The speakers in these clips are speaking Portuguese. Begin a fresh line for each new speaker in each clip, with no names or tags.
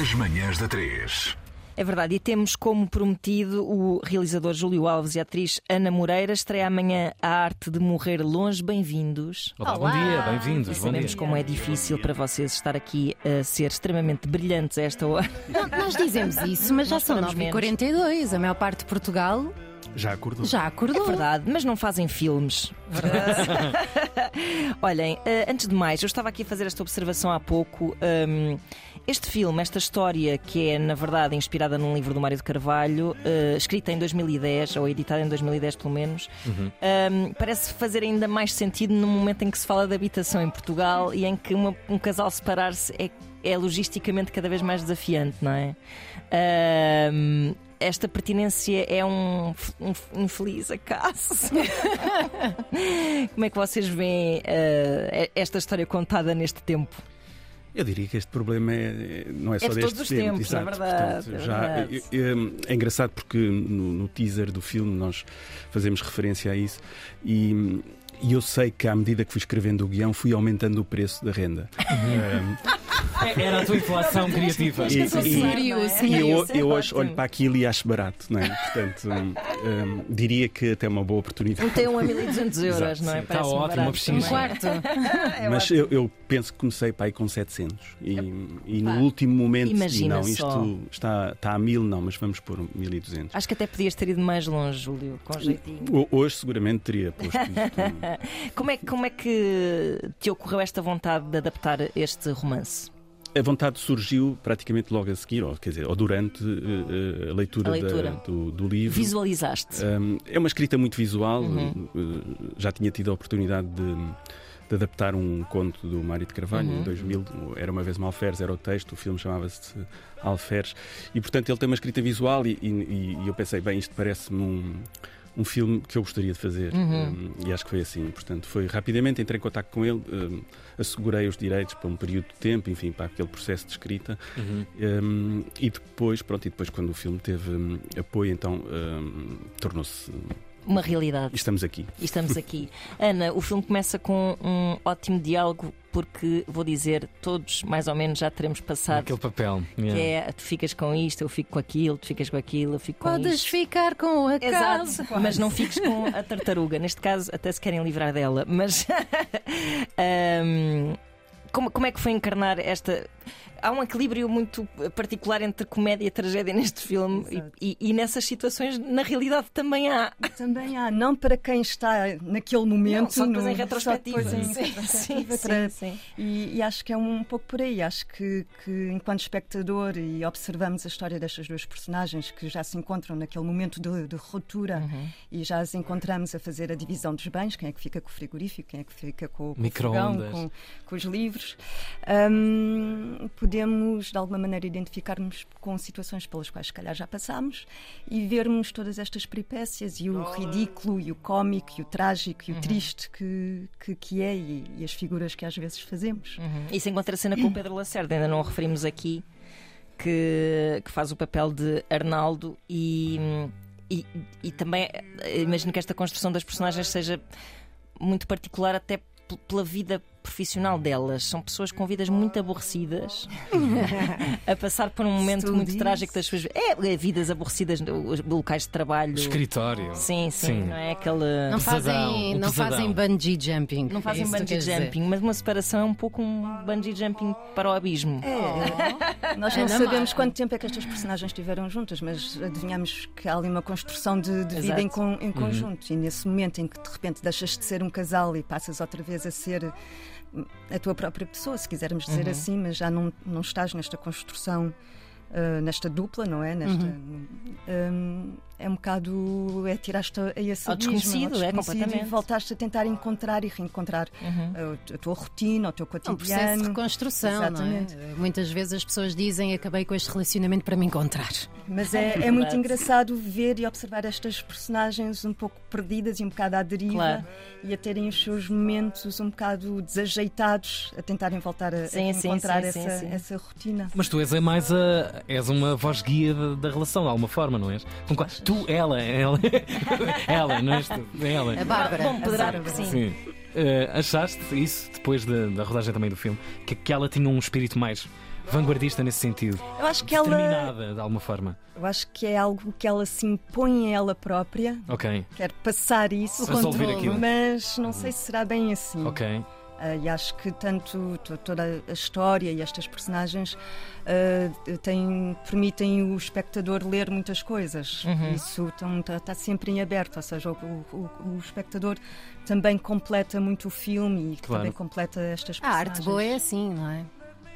As manhãs da 3.
É verdade, e temos como prometido o realizador Júlio Alves e a atriz Ana Moreira. Estreia amanhã a arte de morrer longe. Bem-vindos.
Olá,
Olá.
bom dia, bem-vindos. Bom
Sabemos
dia.
como é difícil para vocês estar aqui a ser extremamente brilhantes a esta hora.
Nós dizemos isso, mas já
Nós
são
falamos
9h42. A maior parte de Portugal
Já acordou?
já acordou.
É Verdade, mas não fazem filmes. Olhem, eh, antes de mais, eu estava aqui a fazer esta observação há pouco. Hum, este filme, esta história, que é na verdade inspirada num livro do Mário de Carvalho, eh, escrita em 2010, ou editada em 2010 pelo menos, hum, parece fazer ainda mais sentido no momento em que se fala de habitação em Portugal e em que uma- um casal separar-se é, é logisticamente cada vez mais desafiante, não é? Hum, esta pertinência é um, f- um f- infeliz acaso. Como é que vocês veem eh, esta história contada neste tempo?
Eu diria que este problema é- é- não é só
de
deste
todos os
tempo,
tempos, na
exato.
verdade,
Portanto,
é
já-
verdade.
é- é- é engraçado porque no, no teaser do filme nós fazemos referência a isso e, e eu sei que à medida que fui escrevendo o guião fui aumentando o preço da renda.
Era a tua inflação criativa.
E-
Sou
e-
sério,
não é?
sim.
E eu,
isso é
eu hoje
ótimo.
olho para aquilo e acho barato, não é? Portanto, hum, hum, diria que até é uma boa oportunidade.
Tem um a 1200 euros,
Exato, Tá
não é?
sim.
Está
Parece-me
ótimo,
barato
oficina.
Um
também.
quarto.
É.
Mas eu, eu penso que comecei para aí com 700 e, e
Pá,
no último momento disse,
imagina
não, isto
só.
está, está a 1000, não, mas vamos pôr 1200.
Acho que até podias ter ido mais longe, Júlio, com jeitinho.
Ho- Hoje seguramente teria posto isto.
Como é, que- como é que te ocorreu esta vontade de adaptar este romance?
A vontade surgiu praticamente logo a seguir, ou, quer dizer, ou durante eh, eh, a leitura,
A leitura.
da- do, do livro.
Visualizaste?
Um, é uma escrita muito visual.
Uhum.
eh, já tinha tido a oportunidade de, de adaptar um conto do Mário de Carvalho
Uhum.
em 2000. Era uma vez uma Alferes, era o texto, o filme chamava-se Alferes. E portanto ele tem uma escrita visual. E, e- e eu pensei, bem, isto parece-me um. Um filme que eu gostaria de fazer
Uhum.
Um, e acho que foi assim. Portanto, foi rapidamente, entrei em contato com ele, um, assegurei os direitos para um período de tempo, enfim, para aquele processo de escrita. Um, e depois, pronto, e depois quando o filme teve um, apoio, então um, tornou-se.
Uma realidade.
Estamos aqui.
E estamos aqui. Ana, o filme começa com um ótimo diálogo, porque vou dizer, todos mais ou menos já teremos passado.
Aquele papel.
Que
yeah.
é, tu ficas com isto, eu fico com aquilo, tu ficas com aquilo, eu fico com
Podes
isto.
ficar com a casa.
Exato, mas não fiques com a tartaruga. Neste caso, até se querem livrar dela. Mas Ahm, como, como é que foi encarnar esta. Há um equilíbrio muito particular entre comédia e tragédia neste filme, e-
Exato.
e, e nessas situações, na realidade, também há.
Também há, não para quem está naquele momento,
Não, só depois
no-
em retrospectiva.
só depois em
Sim,
retrospectiva,
sim,
para-
sim, sim.
E, e acho que é um pouco por aí. Acho que, que enquanto espectador e observamos a história destas duas personagens que já se encontram naquele momento de, de ruptura e já as encontramos a fazer a divisão dos bens: quem é que fica com o frigorífico, quem é que fica com, com o fogão,
Microondas.
com, com os livros, hum, podemos de alguma maneira identificarmos com situações pelas quais se calhar já passámos e vermos todas estas peripécias e o ridículo e o cómico e o trágico e o triste que, que, que é e, e as figuras que às vezes fazemos.
Uhum. Isso encontra a cena com o Pedro Lacerda, ainda não o referimos aqui, que, que faz o papel de Arnaldo e, e, e também eh, imagino que esta construção das personagens seja muito particular até p- pela vida profissional delas. São pessoas com vidas muito aborrecidas a passar por um momento
tu
muito
dizes.
trágico das suas vidas. É, é, vidas aborrecidas, os locais de trabalho.
Escritório.
Sim, sim,
Sim.
não é aquele.
Não
pesadão,
fazem,
um
não
pesadão.
fazem bungee jumping.
Não fazem
É isso que tu
bungee
queres dizer.
jumping, mas uma separação é um pouco um bungee jumping para o abismo.
Nós não
Ana
sabemos
Mara.
quanto tempo é que estas personagens estiveram juntas, mas adivinhamos que há ali uma construção de, de vida
Exato.
em, con-
Uhum.
em conjunto. E nesse momento em que de repente deixas de ser um casal e passas outra vez a ser hum, a tua própria pessoa, se quisermos dizer
Uhum.
assim, mas já não, não estás nesta construção. ah, nesta dupla, não é? Nesta,
Uhum.
hum, é um bocado. é tirar-te a esse
Ao
abismo,
desconhecido, é,
E
completamente.
voltaste a tentar encontrar e reencontrar ah, a, tua rotina, o teu
Uhum. É um processo de
cotidiano.
reconstrução,
Exatamente.
não é? Muitas vezes as pessoas dizem acabei com este relacionamento para me encontrar.
Mas é, é muito engraçado ver e observar estas personagens um pouco perdidas e um bocado à deriva
Claro.
e a terem os seus momentos um bocado desajeitados, a tentarem voltar a,
Sim, sim,
encontrar
sim, sim,
essa,
sim.
essa rotina.
Mas tu és a mais a. és uma voz guia da, da relação, de alguma forma, não és? Com qual- Tu, ela, ela. ela, não és tu? é Ela.
A Bárbara.
Bom, poderá
a Bárbara.
que sim.
Sim. Eh, achaste isso, depois da, da rodagem também do filme, que, que ela tinha um espírito mais vanguardista nesse sentido.
Eu acho que ela,
Determinada, de alguma forma.
eu acho que é algo que ela se impõe a ela própria.
Ok,
Quer passar isso,
Resolver
controle,
aquilo.
mas não sei se será bem assim.
ok.
Ah, e acho que tanto to- toda a história e estas personagens ah, têm- permitem o espectador ler muitas coisas.
Uhum.
Isso está sempre em aberto, ou seja, o, o- o- o espectador também completa muito o filme e
Claro.
também completa estas
A
personagens.
arte boa é assim, não é?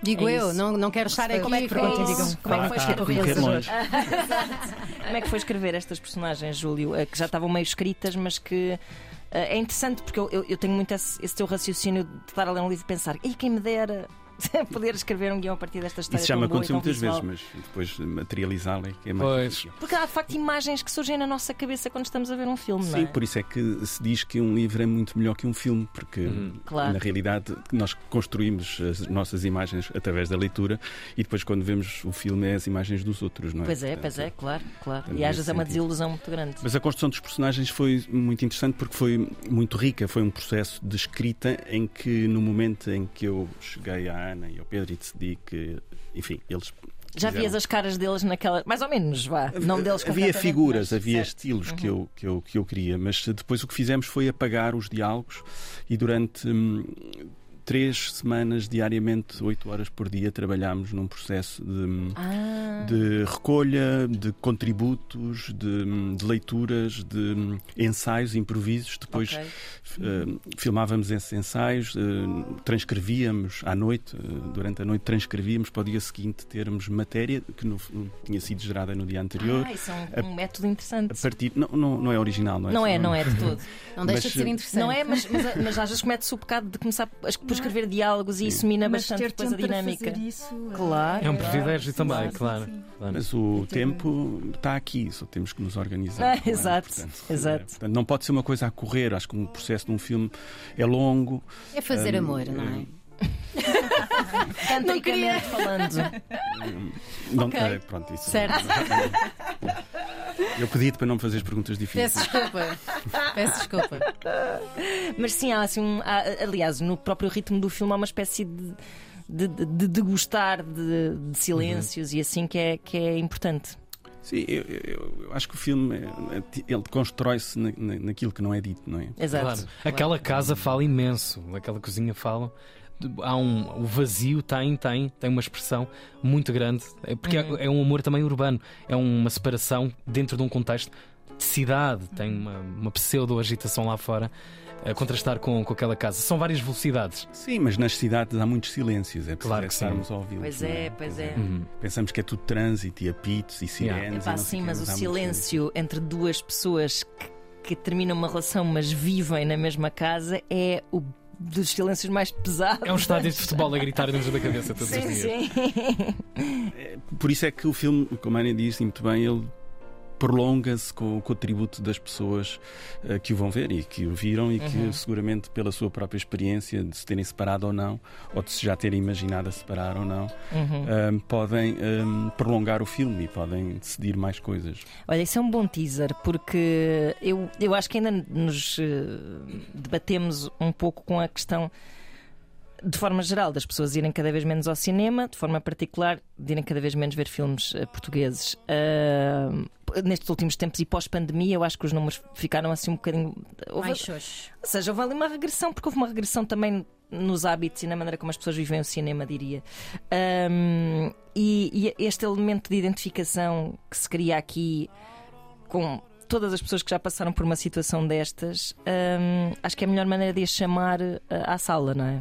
Digo
É
eu,
isso.
não, não quero estar aqui
Como é que
com-
perguntam,
com-
digam, Ah,
como é que
claro.
foi
Tem
escrito?
que ir
realizador?
longe.
Como é que foi escrever estas personagens, Júlio? Eh, Que já estavam meio escritas, mas que. eh, É interessante porque eu, eu- eu tenho muito esse, esse teu raciocínio de estar a ler um livro e pensar, e quem me dera poder escrever um guião a partir desta história.
Isso já
tão
me
boa e
aconteceu
tão
muitas
visual."
vezes, mas depois materializá-la é que é mais
Pois.
difícil.
Porque há de facto imagens que surgem na nossa cabeça quando estamos a ver um filme, não é?
Sim, por isso é que se diz que um livro é muito melhor que um filme, porque
Uhum.
Claro.
na realidade nós construímos as nossas imagens através da leitura e depois quando vemos o filme é as imagens dos outros, não é?
Pois é,
Portanto,
pois é, claro, claro.
Portanto,
E às vezes
nesse
é uma
sentido.
desilusão muito grande.
Mas a construção dos personagens foi muito interessante porque foi muito rica, foi um processo de escrita em que no momento em que eu cheguei à Ana e ao Pedro e decidi que, enfim, eles
Já
fizeram-
vias as caras deles naquela. Mais ou menos, vá. Não deles
havia
completamente, mas-
figuras, havia
certo. Uhum.
estilos que, eu, que, eu, que eu queria, mas depois o que fizemos foi apagar os diálogos e durante hum, três semanas, diariamente, oito horas por dia, trabalhámos num processo de. hum,
Ah,
de recolha, de contributos, de, de leituras, de hum, ensaios, improvisos. Depois
ok.
eh, filmávamos esses ensaios, eh, transcrevíamos à noite, eh, durante a noite transcrevíamos para o dia seguinte termos matéria que no- tinha sido gerada no dia anterior.
Ah, isso é um, um método interessante.
A partir, não, não, não é original, não é?
Não é, não é de todo.
Não deixa de
Mas,
eh,
ser interessante.
Não é, mas, mas, mas às vezes comete-se o pecado de começar a es- por escrever diálogos e isso mina
Mas
bastante
ter
depois a
tempo para
dinâmica.
fazer isso, eh,
Claro.
É um privilégio também,
sim,
claro.
sim.
claro.
Mas o tempo está aqui, só temos que nos organizar.
Ah,
não é?
exato, exato.
é, portanto, não pode ser uma coisa a correr. Acho que um processo de um filme é longo.
É fazer
um,
Hum,
amor, não
eh,
é?
Tantricamente falando.
Não, eh, pronto, isso. é.
Certo.
Eu pedi-te para não me fazeres perguntas difíceis.
Peço desculpa. Peço desculpa.
Mas sim, há assim um. há- aliás, no próprio ritmo do filme há uma espécie de. De, de- de degustar de, de silêncios e assim que é, que é importante.
Sim, eu, eu- eu acho que o filme eh, ti- ele constrói-se na- na- naquilo que não é dito, não é?
Exato.
Claro. Aquela casa fala imenso, aquela cozinha fala. Há um, o vazio tem, tem, tem uma expressão muito grande, É porque é- é, um amor também urbano, é uma separação dentro de um contexto de cidade, tem uma, uma pseudo-agitação lá fora, a contrastar com, com aquela casa. São várias velocidades.
Sim, mas nas cidades há muitos silêncios, é
Claro
preciso
que sim.
estarmos a ouvi-los.
Pois
não
é, pois é.
Uhum.
Pensamos que é tudo trânsito e apitos e
Yeah.
sirenes. e
Epá,
não sei
sim,
quê,
É, mas o
há muito
silêncio entre duas pessoas que, que terminam uma relação, mas vivem na mesma casa, é o dos silêncios mais pesados.
É um estádio de futebol a gritar dentro da cabeça todos os
Tá Sim,
dias.
sim.
Por isso é que o filme, como a Ana disse muito bem, ele prolonga-se com, com o tributo das pessoas eh, que o vão ver e que o viram e
Uhum.
que seguramente pela sua própria experiência de se terem separado ou não, ou de se já terem imaginado a separar ou não, eh, podem eh, prolongar o filme e podem decidir mais coisas.
Olha, isso é um bom teaser, porque eu, eu acho que ainda nos eh, debatemos um pouco com a questão, de forma geral, das pessoas irem cada vez menos ao cinema, de forma particular, de irem cada vez menos ver filmes eh, portugueses. Ah, nestes últimos tempos e pós-pandemia, eu acho que os números ficaram assim um bocadinho. houve-
Mais xoxo.
Ou seja, houve ali uma regressão, porque houve uma regressão também nos hábitos e na maneira como as pessoas vivem o cinema, diria. Ahm, e, e este elemento de identificação que se cria aqui com todas as pessoas que já passaram por uma situação destas, ahm, acho que é a melhor maneira de as chamar ah, à sala, não é?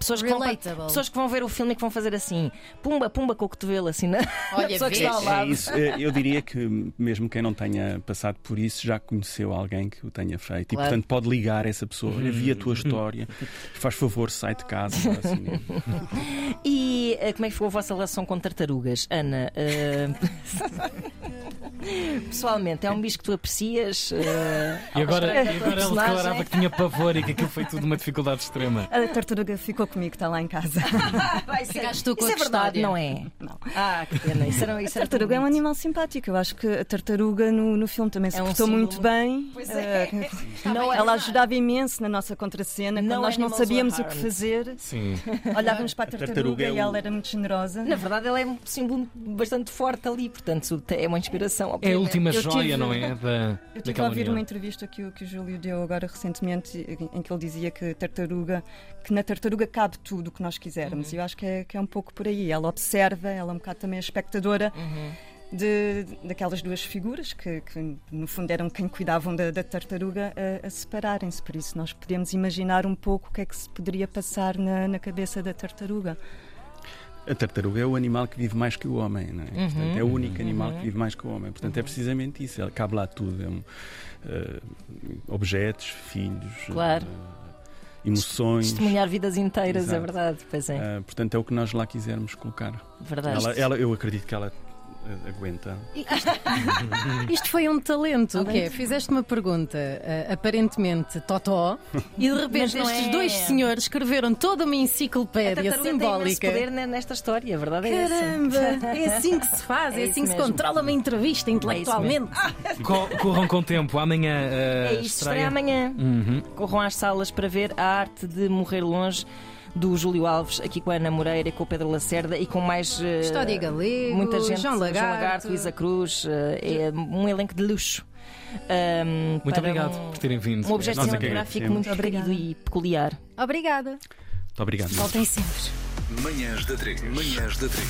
Pessoas que, vão, pa-
Relatable.
pessoas que vão ver o filme e que vão fazer assim, pumba, pumba com o cotovelo, assim, na,
Olha,
a pessoa que
vês?
está ao
É
lado.
isso. Eh, Eu diria que mesmo quem não tenha passado por isso já conheceu alguém que o tenha feito
Claro.
e portanto pode ligar essa pessoa. Olha, vi a tua história, faz favor, sai de casa. vai ao cinema.
eh, E ah, como é que ficou a vossa relação com tartarugas, Ana? Ah, eh, Pessoalmente, é um bicho que tu aprecias. eh,
E agora,
Acho que
e agora ele
personagem-
declarava que tinha pavor e que aquilo foi tudo uma dificuldade extrema.
A tartaruga ficou comigo, está lá em casa.
vai ser-
Ficaste tu com
isso
a
é verdade,
custódia.
não é?
Não.
Ah, que pena. Isso era, isso
A
era
tartaruga é um
bonito.
animal simpático. Eu acho que a tartaruga no, no filme também se
É um
portou
símbolo.
muito bem.
Pois é.
Eh,
Não é
Ela ajudava imenso na nossa contracena. Quando
No
nós não
animals
sabíamos
were
o que
harmed.
fazer,
Sim.
olhávamos para a
tartaruga
tartaruga,
é um-
e ela era muito generosa.
Na verdade, ela é um símbolo bastante forte ali, portanto, é uma inspiração.
É a
obviamente.
última
Eu
joia,
tive-
não é? Da,
Eu estive a
daquela
ouvir
união.
uma entrevista que, o- que o Júlio deu agora recentemente, em- em que ele dizia que a tartaruga, que na tartaruga cabe tudo o que nós
Uhum.
quisermos. E eu acho que é, que é um pouco por aí. Ela observa, ela é um bocado também a espectadora
Uhum.
de, daquelas duas figuras que, que, no fundo eram quem cuidavam da, da tartaruga a, a separarem-se. Por isso nós podemos imaginar um pouco o que é que se poderia passar na, na cabeça da tartaruga.
A tartaruga é o animal que vive mais que o homem, não é?
Uhum.
Portanto, é o único animal que vive mais que o homem. Portanto, é precisamente isso. Ela cabe lá tudo. É um, eh, objetos, filhos,
Claro.
eh, emoções.
Testemunhar vidas inteiras, é
Exato.
verdade. Pois é,
Eh, portanto, é o que nós lá quisermos colocar.
verdade.
É. Ela, ela- eu acredito que ela eh, aguenta.
Isto foi um
Ah,
talento. O quê? Fizeste uma pergunta ah, aparentemente totó e de
Mas
repente
não
estes
é.
dois senhores escreveram toda uma
A
enciclopédia
tartaruga
simbólica.
tem imenso poder ne- nesta história, a verdade é essa.
Caramba! É assim que se faz, é,
É
assim
isso
que se
mesmo. É
controla uma entrevista intelectualmente.
Ah,
Co- Corram com tempo, amanhã.
É
eh,
isto, estreia amanhã.
Uhum.
Corram às salas para ver a arte de morrer longe do Júlio Alves, aqui com a Ana Moreira e com o Pedro Lacerda e com mais. eh,
Custódia Galego,
muita gente,
João Lagarto.
Luísa Cruz, eh, é um elenco de luxo. Ahm,
Muito
para
obrigado
um-
por terem vindo.
Um objeto
Nós é que
cinematográfico
agradecemos.
muito querido e peculiar.
Obrigada.
Muito obrigado.
Voltem sempre.
Manhãs da 3. Manhãs da 3.